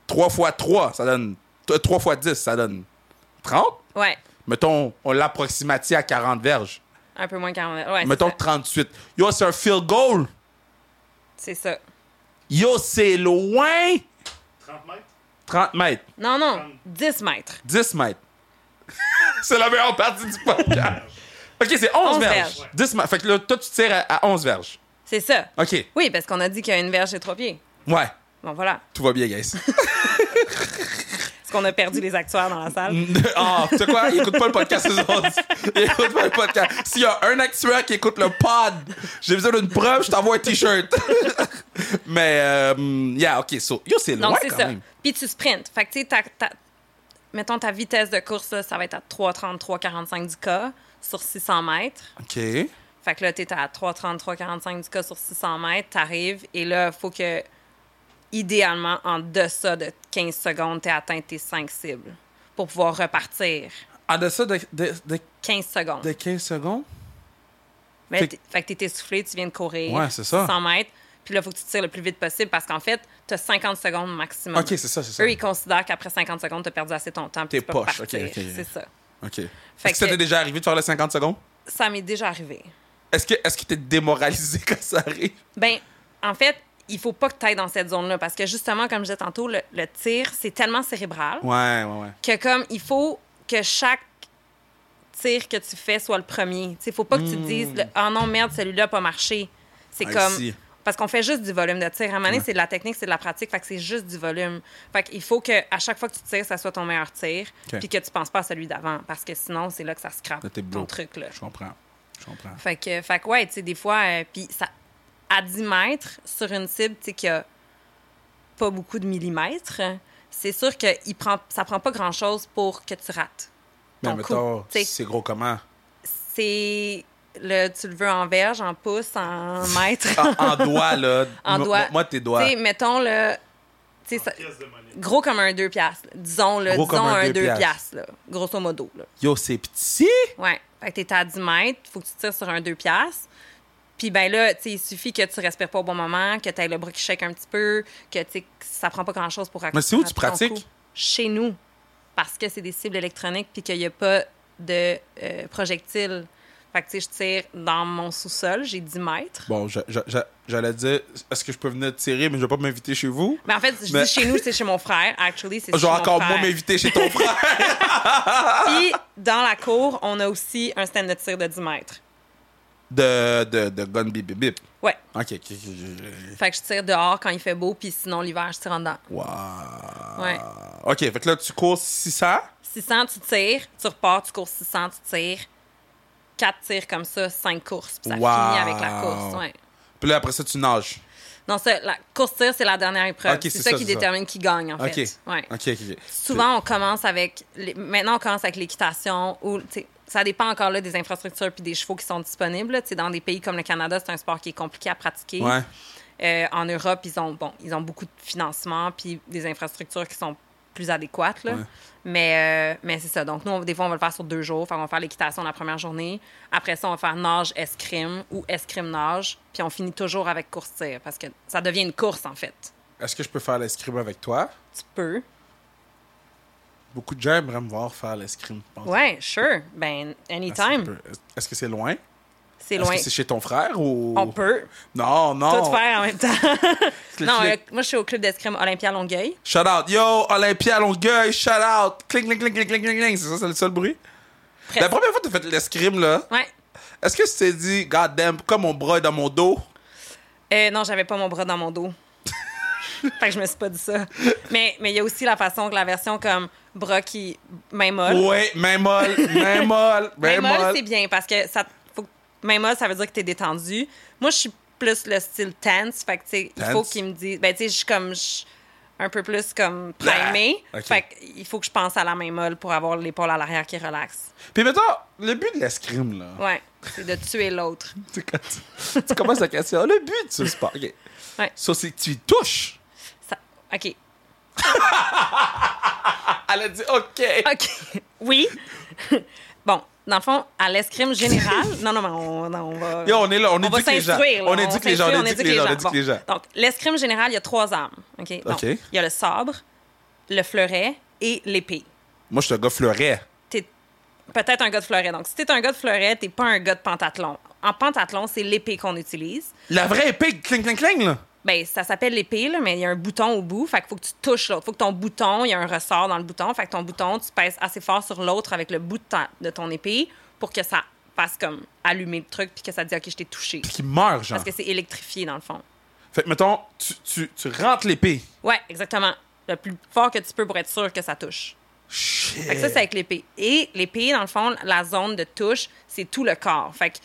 Speaker 1: 3 fois 3, ça donne. 3 fois 10, ça donne 30.
Speaker 2: tu- ouais,
Speaker 1: Mettons, on l'approximatie à 40 verges.
Speaker 2: un peu moins de 40. Ouais, c'est
Speaker 1: Mettons
Speaker 2: ça.
Speaker 1: 38. Yo, c'est un field goal.
Speaker 2: C'est ça.
Speaker 1: Yo, c'est loin.
Speaker 3: 30 mètres?
Speaker 1: 30 mètres.
Speaker 2: Non, non, 10 mètres.
Speaker 1: 10 mètres. [laughs] c'est la meilleure partie du podcast. OK, c'est 11,
Speaker 2: 11
Speaker 1: verges.
Speaker 2: verges. Ouais.
Speaker 1: 10 mètres. Fait que là, toi, tu tires à, à 11 verges.
Speaker 2: C'est ça.
Speaker 1: OK.
Speaker 2: Oui, parce qu'on a dit qu'il y a une verge et 3 pieds.
Speaker 1: Ouais.
Speaker 2: Bon, voilà.
Speaker 1: Tout va bien, guys.
Speaker 2: Parce qu'on a perdu les actuaires dans la salle.
Speaker 1: Ah, tu sais quoi? Ils écoutent pas le podcast, eux autres. [laughs] Ils écoutent pas le podcast. S'il y a un actuaire qui écoute le pod, j'ai besoin d'une preuve, je t'envoie un T-shirt. [laughs] Mais, euh, yeah, OK, so, yo, c'est loin
Speaker 2: Donc, c'est
Speaker 1: quand
Speaker 2: ça.
Speaker 1: même.
Speaker 2: Puis tu sprintes. Fait que, tu sais, ta- ta- mettons ta vitesse de course, là, ça va être à 3,30, 3,45 du cas sur 600 mètres.
Speaker 1: OK.
Speaker 2: Fait que là, t'es à 3,30, 3,45 du cas sur 600 mètres. T'arrives et là, faut que, idéalement, en deçà de 15 secondes, t'aies atteint tes 5 cibles pour pouvoir repartir.
Speaker 1: En deçà de, de, de,
Speaker 2: 15 secondes.
Speaker 1: de 15 secondes?
Speaker 2: Mais
Speaker 1: Fait-
Speaker 2: t'es- fait que t'es essoufflé, tu viens de courir
Speaker 1: Ouais, c'est ça.
Speaker 2: 100 mètres. Puis là, faut que tu tires le plus vite possible parce qu'en fait, t'as 50 secondes maximum.
Speaker 1: OK, c'est ça, c'est ça.
Speaker 2: Eux, ils considèrent qu'après 50 secondes, t'as perdu assez ton temps.
Speaker 1: T'es
Speaker 2: puis tu peux
Speaker 1: poche,
Speaker 2: partir.
Speaker 1: ok, ok.
Speaker 2: C'est ça.
Speaker 1: OK. Est-ce
Speaker 2: Fait
Speaker 1: que ça
Speaker 2: que-
Speaker 1: t'est déjà arrivé de faire les 50 secondes?
Speaker 2: Ça m'est déjà arrivé.
Speaker 1: Est-ce que est-ce que t'es démoralisé [laughs] quand ça arrive?
Speaker 2: Ben, en fait, il faut pas que t'ailles dans cette zone-là parce que justement, comme je disais tantôt, le, le tir, c'est tellement cérébral
Speaker 1: Ouais, ouais, ouais.
Speaker 2: que comme il faut que chaque tir que tu fais soit le premier. Il faut pas que tu te dises le- Ah non, merde, celui-là a pas marché. C'est
Speaker 1: Hmm. I
Speaker 2: comme.
Speaker 1: see.
Speaker 2: Parce qu'on fait juste du volume de tir. À un moment donné, c'est de la technique, c'est de la pratique. Fait que c'est juste du volume. Fait qu'il faut que à chaque fois que tu tires, ça soit ton meilleur tir.
Speaker 1: OK.
Speaker 2: Puis que tu penses pas à celui d'avant. Parce que sinon, c'est là que ça scrape
Speaker 1: Là, t'es
Speaker 2: ton
Speaker 1: bloqué.
Speaker 2: truc. Là.
Speaker 1: Je comprends. Je comprends.
Speaker 2: Fait que, fait que ouais, tu sais, des fois, euh, puis ça, à 10 mètres sur une cible, tu sais, qui a pas beaucoup de millimètres, c'est sûr que il prend, ça prend pas grand-chose pour que tu rates.
Speaker 1: Mais
Speaker 2: ton
Speaker 1: mettons,
Speaker 2: coup, tu sais.
Speaker 1: c'est gros comment?
Speaker 2: C'est... Le, tu le veux en verge, en
Speaker 1: [laughs]
Speaker 2: pouce, en mètre.
Speaker 1: En, Ah, en doigt, là.
Speaker 2: En
Speaker 1: Mo-
Speaker 2: doigt.
Speaker 1: mo- Moi, tes
Speaker 2: Tu
Speaker 1: doigts.
Speaker 2: sais, mettons le. tu sais, ça-
Speaker 3: pièce de monnaie.
Speaker 2: gros comme un 2 piastres. là. Disons, le
Speaker 1: Gros
Speaker 2: disons
Speaker 1: comme un
Speaker 2: un
Speaker 1: deux
Speaker 2: 2
Speaker 1: piastres.
Speaker 2: piastres, là, grosso modo. Là.
Speaker 1: Yo, c'est petit!
Speaker 2: Ouais. Fait que t'es à 10 mètres, faut que tu tires sur un 2 piastres. Puis ben là, tu sais, il suffit que tu respires pas au bon moment, que t'aies le bras qui shake un petit peu, que tu sais, que ça prend pas grand-chose pour rac-
Speaker 1: Mais c'est où tu
Speaker 2: rater ton
Speaker 1: pratiques?
Speaker 2: coup. Chez nous. Parce que c'est des cibles électroniques puis qu'il y a pas de euh, projectiles. Fait que tu sais, je tire dans mon sous-sol, j'ai 10 mètres.
Speaker 1: Bon, je- je- je- j'allais dire, est-ce que je peux venir tirer, mais je vais pas m'inviter chez vous?
Speaker 2: Mais en fait, je
Speaker 1: Mais-
Speaker 2: dis chez nous, c'est chez mon frère. Actually, c'est
Speaker 1: Je vais
Speaker 2: chez mon
Speaker 1: encore
Speaker 2: frère.
Speaker 1: moi m'inviter chez ton frère.
Speaker 2: Puis, dans la cour, on a aussi un stand de tir de 10 mètres.
Speaker 1: [laughs] De, de, de gun bip bip bip.
Speaker 2: Ouais.
Speaker 1: Ok, ok, ok, ok.
Speaker 2: Fait que je tire dehors quand il fait beau, puis sinon, l'hiver, je tire en dedans.
Speaker 1: Wow.
Speaker 2: Ouais.
Speaker 1: Ok, fait que là, tu cours 600.
Speaker 2: 600, tu tires, tu repars, tu cours 600, tu tires. 4 tirs comme ça, 5 courses, puis ça
Speaker 1: Wow.
Speaker 2: finit avec la course. Ouais.
Speaker 1: Puis là, après ça, tu nages.
Speaker 2: Non, ça, la course-tire, c'est la dernière épreuve.
Speaker 1: Ok,
Speaker 2: c'est
Speaker 1: c'est
Speaker 2: ça,
Speaker 1: ça,
Speaker 2: qui
Speaker 1: c'est ça.
Speaker 2: détermine qui gagne, en
Speaker 1: Ok.
Speaker 2: fait. Ouais.
Speaker 1: Ok, ok, ok.
Speaker 2: Souvent, on commence avec. les- Maintenant, on commence avec l'équitation ou. tu sais, Ça dépend encore là des infrastructures puis des chevaux qui sont disponibles. là. Tu sais, Dans des pays comme le Canada, c'est un sport qui est compliqué à pratiquer.
Speaker 1: Ouais.
Speaker 2: Euh, en Europe, ils ont, bon, ils ont beaucoup de financement puis des infrastructures qui sont plus adéquates. là.
Speaker 1: Ouais.
Speaker 2: Mais, euh, mais c'est ça. Donc, nous, on- des fois, on va le faire sur deux jours. Fait qu'on va faire l'équitation la première journée. Après ça, on va faire nage, escrime ou escrime-nage. Puis on finit toujours avec course-tir parce que ça devient une course, en fait.
Speaker 1: Est-ce que je peux faire l'escrime avec toi?
Speaker 2: Tu peux.
Speaker 1: Beaucoup de gens aimeraient me voir faire l'escrime. je pense.
Speaker 2: Ouais, sure. Ben,
Speaker 1: Est-ce que je
Speaker 2: anytime.
Speaker 1: peux- Est-ce que c'est loin?
Speaker 2: C'est
Speaker 1: Ah, Est-ce
Speaker 2: loin.
Speaker 1: que c'est chez ton frère ou.
Speaker 2: On peut
Speaker 1: Non, non.
Speaker 2: tout faire en même temps.
Speaker 1: Le
Speaker 2: non,
Speaker 1: clic.
Speaker 2: euh, moi, je suis au club d'escrime Olympia Longueuil.
Speaker 1: Shout out. Yo, Olympia, Longueuil, shout out. Cling, cling, cling, cling, cling, cling, cling. C'est ça, c'est le seul bruit?
Speaker 2: Presque.
Speaker 1: La première fois que tu as fait l'escrime, là,
Speaker 2: Ouais.
Speaker 1: est-ce que tu t'es dit, God damn, pourquoi mon bras est dans mon dos?
Speaker 2: Euh, non, j'avais pas mon bras dans
Speaker 1: [laughs]
Speaker 2: mon dos. fait que je me suis pas dit ça. Mais mais il y a aussi la façon que la version comme bras qui main molle.
Speaker 1: Ouais, main molle, main molle, main
Speaker 2: Ah. [laughs] main molle,
Speaker 1: molle.
Speaker 2: c'est bien parce que ça faut que- main molle ça veut dire que t'es détendu. Moi, je suis plus le style tense, fait que tu sais, il faut
Speaker 1: Tense?
Speaker 2: qu'il me dise ben tu sais, je suis comme je suis un peu plus comme primé.
Speaker 1: Ah, ok.
Speaker 2: Fait que il faut que je pense à la main molle pour avoir l'épaule à l'arrière qui relaxe.
Speaker 1: Puis mettons, le but de l'escrime, là,
Speaker 2: Ouais, c'est de tuer l'autre.
Speaker 1: c'est quand [laughs] tu, tu commences la question, le but de ce sport, OK.
Speaker 2: Ouais.
Speaker 1: Ça, c'est que tu y touches.
Speaker 2: Ça- OK.
Speaker 1: Elle a dit, OK.
Speaker 2: OK. [laughs] Oui. bon, dans le fond, à l'escrime
Speaker 1: [laughs]
Speaker 2: générale. non, non, mais on, non, on va.
Speaker 1: Yo, on est là, on,
Speaker 2: on va
Speaker 1: éduque les gens.
Speaker 2: s'instruire. là.
Speaker 1: On éduque les gens,
Speaker 2: s'instruit,
Speaker 1: on éduque les gens, on éduque
Speaker 2: Bon.
Speaker 1: les gens.
Speaker 2: Donc, l'escrime générale, il y a trois armes. OK. Donc,
Speaker 1: OK.
Speaker 2: Il y a le sabre, le fleuret et l'épée.
Speaker 1: Moi, je suis un gars fleuret.
Speaker 2: T'es peut-être un gars de fleuret. Donc, si t'es un gars de fleuret, t'es pas un gars de pentathlon. En pentathlon, c'est l'épée qu'on utilise.
Speaker 1: La vraie épée, cling, cling, cling, là.
Speaker 2: Ben, ça s'appelle l'épée, là, mais il y a un bouton au bout. Fait qu'il faut que tu touches l'autre. Faut que ton bouton, il y a un ressort dans le bouton. Fait que ton bouton, tu pèses assez fort sur l'autre avec le bout de, ta- de ton épée pour que ça fasse comme allumer le truc puis que ça dit OK, je t'ai touché.
Speaker 1: Puis qui meurt, genre.
Speaker 2: Parce que c'est électrifié dans le fond.
Speaker 1: Fait que, mettons, tu, tu, tu rentres l'épée.
Speaker 2: Ouais, exactement. Le plus fort que tu peux pour être sûr que ça touche.
Speaker 1: Shit.
Speaker 2: Fait que ça, c'est avec l'épée. Et l'épée, dans le fond, la zone de touche, c'est tout le corps. Fait que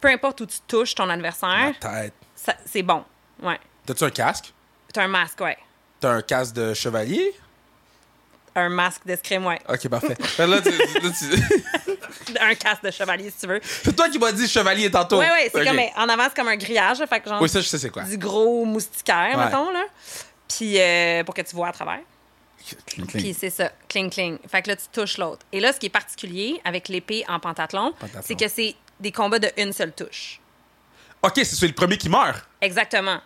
Speaker 2: peu importe où tu touches ton
Speaker 1: Ma
Speaker 2: adversaire,
Speaker 1: tête.
Speaker 2: ça- c'est bon. Ouais.
Speaker 1: T'as-tu un casque?
Speaker 2: T'as un masque, ouais.
Speaker 1: T'as un casque de chevalier?
Speaker 2: Un masque d'escrime, ouais.
Speaker 1: Ok,
Speaker 2: [laughs]
Speaker 1: parfait. Fait que là, tu- là, tu-
Speaker 2: Un casque de chevalier, si tu veux.
Speaker 1: c'est toi qui m'as dit chevalier tantôt.
Speaker 2: Ouais, ouais, c'est
Speaker 1: Ok.
Speaker 2: comme en avant, c'est comme un grillage, là, fait que genre
Speaker 1: Oui, ça, je sais c'est quoi.
Speaker 2: du gros moustiquaire,
Speaker 1: Ouais.
Speaker 2: mettons, là. Puis euh, pour que tu vois à travers.
Speaker 1: Cling, cling.
Speaker 2: Puis c'est ça, cling cling. Fait que là, tu touches l'autre. Et là, ce qui est particulier avec l'épée en pentathlon,
Speaker 1: Pentathlon.
Speaker 2: c'est que c'est des combats de une seule touche.
Speaker 1: Ok, c'est celui le premier qui meurt.
Speaker 2: Exactement.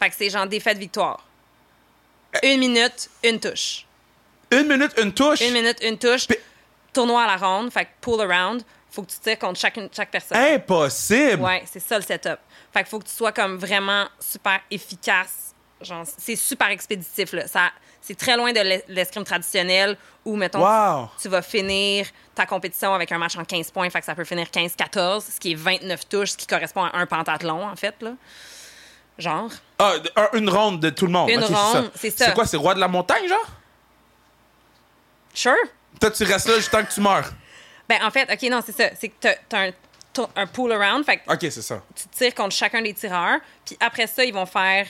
Speaker 2: Fait que c'est genre défaite-victoire.
Speaker 1: Euh.
Speaker 2: Une minute, une touche.
Speaker 1: Une minute, une touche.
Speaker 2: Une minute, une touche.
Speaker 1: Puis-
Speaker 2: Tournoi à la ronde, fait que pull around. Faut que tu tires contre chacune, chaque
Speaker 1: Hein?
Speaker 2: personne.
Speaker 1: Impossible.
Speaker 2: Ouais, c'est ça le setup. Fait qu'il faut que tu sois comme vraiment super efficace. Genre, c'est super expéditif, là. Ça, c'est très loin de l'es- l'escrime traditionnel où, mettons,
Speaker 1: Wow.
Speaker 2: tu vas finir ta compétition avec un match en 15 points. Fait que ça peut finir 15-14, ce qui est 29 touches, ce qui correspond à un pentathlon, en fait, là. Genre.
Speaker 1: Ah, de- un- une ronde de tout le monde.
Speaker 2: Une
Speaker 1: Ok,
Speaker 2: ronde, c'est ça.
Speaker 1: C'est quoi, c'est roi de la montagne, genre?
Speaker 2: Sure.
Speaker 1: Toi, tu restes là jusqu'à temps que tu meurs.
Speaker 2: Ben, en fait, OK, non, c'est ça. C'est que t'as, t'as un, tour- un pull around. Fait que
Speaker 1: Ok, c'est ça.
Speaker 2: tu tires contre chacun des tireurs. Puis après ça, ils vont faire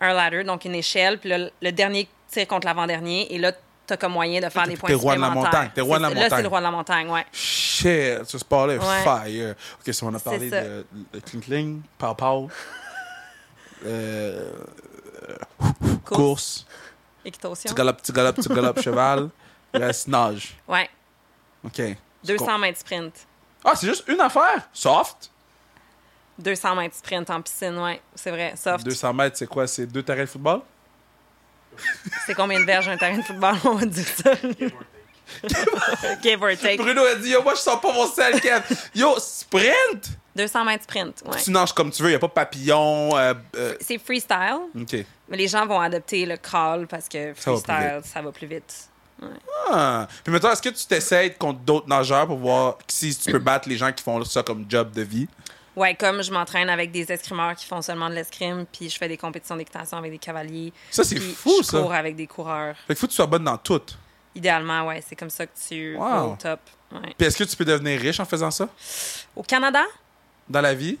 Speaker 2: un ladder, donc une échelle, puis là, le dernier tire contre l'avant-dernier, et là, t'as comme moyen de faire des points
Speaker 1: t'es roi de la
Speaker 2: supplémentaires.
Speaker 1: montagne, t'es roi de la
Speaker 2: C'est- Là,
Speaker 1: montagne.
Speaker 2: c'est le roi de la montagne, ouais.
Speaker 1: Shit, ce sport-là est
Speaker 2: Ouais.
Speaker 1: fire. Ok, si on a parlé
Speaker 2: ça.
Speaker 1: de, de Kling Kling, Pow Pow, euh, course,
Speaker 2: Équitation.
Speaker 1: petit galop, petit galop, petit galop, cheval, reste nage.
Speaker 2: Ouais.
Speaker 1: Ok.
Speaker 2: 200 mètres sprint.
Speaker 1: Ah, c'est juste une affaire? Soft?
Speaker 2: 200 mètres sprint en piscine, ouais. C'est vrai. Soft.
Speaker 1: 200 mètres, c'est quoi? C'est deux terrains de football?
Speaker 2: C'est combien de verges un terrain de football, [laughs] on va dire ça.
Speaker 3: Give or take.
Speaker 2: Give or take.
Speaker 1: Bruno a dit, yo, moi, je sens pas mon sel, Kev. Yo, sprint?
Speaker 2: 200 mètres sprint, ouais.
Speaker 1: Tu nages comme tu veux, y a pas papillon. euh, euh,
Speaker 2: C'est freestyle,
Speaker 1: ok.
Speaker 2: mais les gens vont adopter le crawl parce que
Speaker 1: Mm. Ça va plus
Speaker 2: freestyle, ça va plus vite.
Speaker 1: Ah. Puis maintenant, est-ce que tu t'essayes contre d'autres nageurs pour voir si tu peux battre les gens qui font ça comme job de vie?
Speaker 2: Ouais, comme je m'entraîne avec des escrimeurs qui font seulement de l'escrime, puis je fais des compétitions d'équitation avec des cavaliers.
Speaker 1: Ça, c'est
Speaker 2: puis
Speaker 1: fou,
Speaker 2: je
Speaker 1: ça.
Speaker 2: cours avec des coureurs.
Speaker 1: Fait que faut que tu sois bonne dans tout.
Speaker 2: Idéalement, ouais, c'est comme ça que tu
Speaker 1: Wow.
Speaker 2: vas au top. ouais.
Speaker 1: Puis est-ce que tu peux devenir riche en faisant ça?
Speaker 2: Au Canada,
Speaker 1: Dans la vie?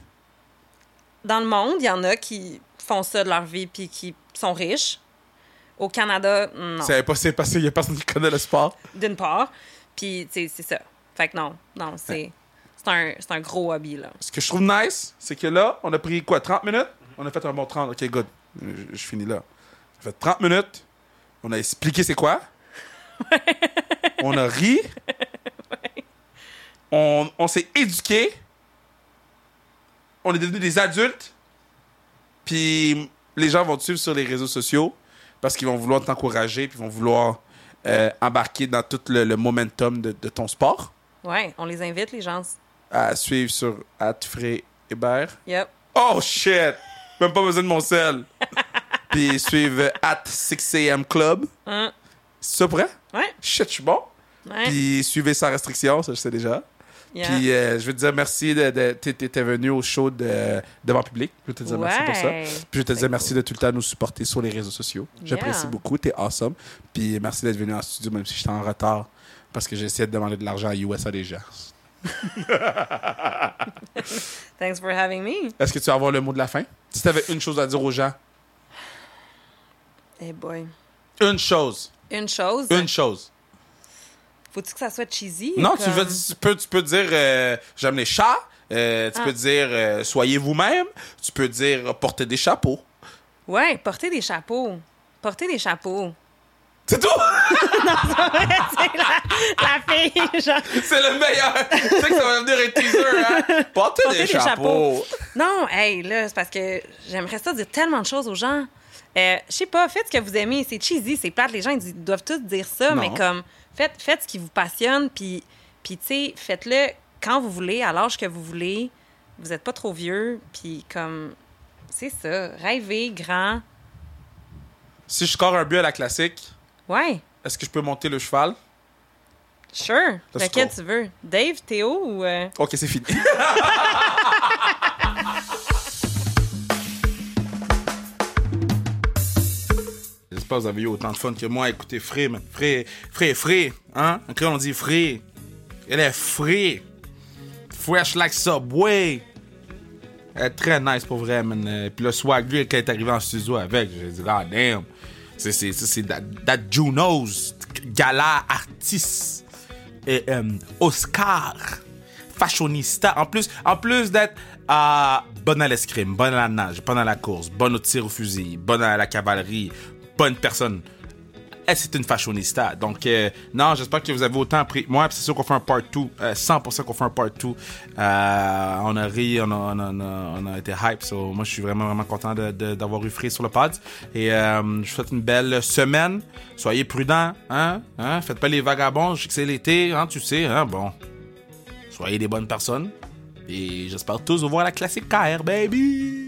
Speaker 2: dans le monde, il y en a qui font ça de leur vie puis qui sont riches. Au Canada, non,
Speaker 1: C'est impossible parce qu'il y a personne qui connaît le sport.
Speaker 2: d'une part. Puis, tu sais, c'est ça. Fait que non, non, c'est c'est un, c'est un gros hobby, là.
Speaker 1: Ce que je trouve nice, c'est que là, on a pris quoi, 30 minutes? On a fait un bon 30. Ok, good. Je, je finis là. On a fait 30 minutes. On a expliqué c'est quoi. on a ri. On, on s'est éduqué. On est devenus des adultes. Puis les gens vont te suivre sur les réseaux sociaux parce qu'ils vont vouloir t'encourager puis ils vont vouloir euh, embarquer dans tout le, le momentum de- de ton sport.
Speaker 2: Ouais, on les invite, les gens.
Speaker 1: À suivre sur Atfrey Hébert.
Speaker 2: Yep.
Speaker 1: Oh shit! Même pas besoin de mon sel. [laughs] Puis suivre at 6am club.
Speaker 2: Hein?
Speaker 1: C'est ça prêt?
Speaker 2: Ouais,
Speaker 1: Shit, je suis bon.
Speaker 2: ouais.
Speaker 1: Puis Hein? suivez sans restriction, ça je sais déjà.
Speaker 2: yeah.
Speaker 1: Puis euh, je veux te dire merci de, de t'es- t'es t'es venu au show de, devant public. Je veux te dire merci euh, pour ça.
Speaker 2: Ouais.
Speaker 1: Puis je veux te
Speaker 2: C'est
Speaker 1: dire merci de tout le temps nous supporter sur les réseaux sociaux. J'apprécie
Speaker 2: Yeah.
Speaker 1: beaucoup, t'es awesome. Puis merci d'être venu en studio même si j'étais en retard parce que j'essayais de demander de l'argent à US à des gens.
Speaker 2: Thanks for having me.
Speaker 1: Est-ce que tu vas avoir le mot de la fin? Si tu avais une chose à dire aux gens.
Speaker 2: Hey boy.
Speaker 1: Une chose.
Speaker 2: Une chose.
Speaker 1: Une chose.
Speaker 2: Faut-tu que ça soit cheesy?
Speaker 1: Non,
Speaker 2: comme-
Speaker 1: tu, veux- tu peux, tu peux dire euh, j'aime les chats. euh, tu
Speaker 2: Ah.
Speaker 1: peux dire euh, soyez vous-même. Tu peux dire euh, portez des chapeaux.
Speaker 2: Ouais, porter des chapeaux. Porter des chapeaux. [laughs]
Speaker 1: C'est tout! [laughs]
Speaker 2: C'est la, la fille, genre.
Speaker 1: C'est le meilleur! tu sais que ça va devenir un teaser,
Speaker 2: [laughs]
Speaker 1: hein? Portez,
Speaker 2: Portez
Speaker 1: des,
Speaker 2: des
Speaker 1: chapeaux.
Speaker 2: Non, hey, là, c'est parce que j'aimerais ça dire tellement de choses aux gens. Euh, je sais pas, faites ce que vous aimez. C'est cheesy, c'est plate. Les gens, ils di- doivent tous dire ça,
Speaker 1: Non.
Speaker 2: mais comme, faites, faites ce qui vous passionne, puis, puis tu sais, faites-le quand vous voulez, à l'âge que vous voulez. Vous êtes pas trop vieux, puis comme, c'est ça. Rêvez grand.
Speaker 1: Si je score un but à la classique,
Speaker 2: Ouais,
Speaker 1: est-ce que je peux monter le cheval?
Speaker 2: sure.
Speaker 1: Let's
Speaker 2: Lequel
Speaker 1: go.
Speaker 2: tu veux? Dave, Théo ou. euh,
Speaker 1: Ok, c'est fini. J'espère que vous avez eu autant de fun que moi. Écoutez, Fré, man. Fré, Fré, Fré. Hein? En créole, on dit Fré. Elle est Fré. Fresh like Subway. Elle est très nice pour vrai, man. Euh, Puis le swag, lui, quand elle est arrivé en studio avec, j'ai dit, ah, damn. C'est, c'est, c'est, c'est that, that Juno's gala artiste. Et, euh, Oscar. Fashionista. En plus, en plus d'être euh, bonne à l'escrime, bonne à la nage, bonne à la course, bonne au tir au fusil, bonne à la cavalerie, bonne personne elle, Eh, c'est une fashionista. Donc, euh, non, j'espère que vous avez autant appris. que Moi, Puis c'est sûr qu'on fait un part euh, 2. 100% qu'on fait un part 2. Euh, on a ri, on a, on a- on a- on a été hype. So, moi, je suis vraiment, vraiment content de- de- d'avoir eu Free sur le pod. Et euh, je vous souhaite une belle semaine. Soyez prudents. Hein? Hein? Faites pas les vagabonds. Je sais que c'est l'été. Hein? Tu sais, hein? bon. Soyez des bonnes personnes. Et j'espère tous vous voir à la classique KR, baby!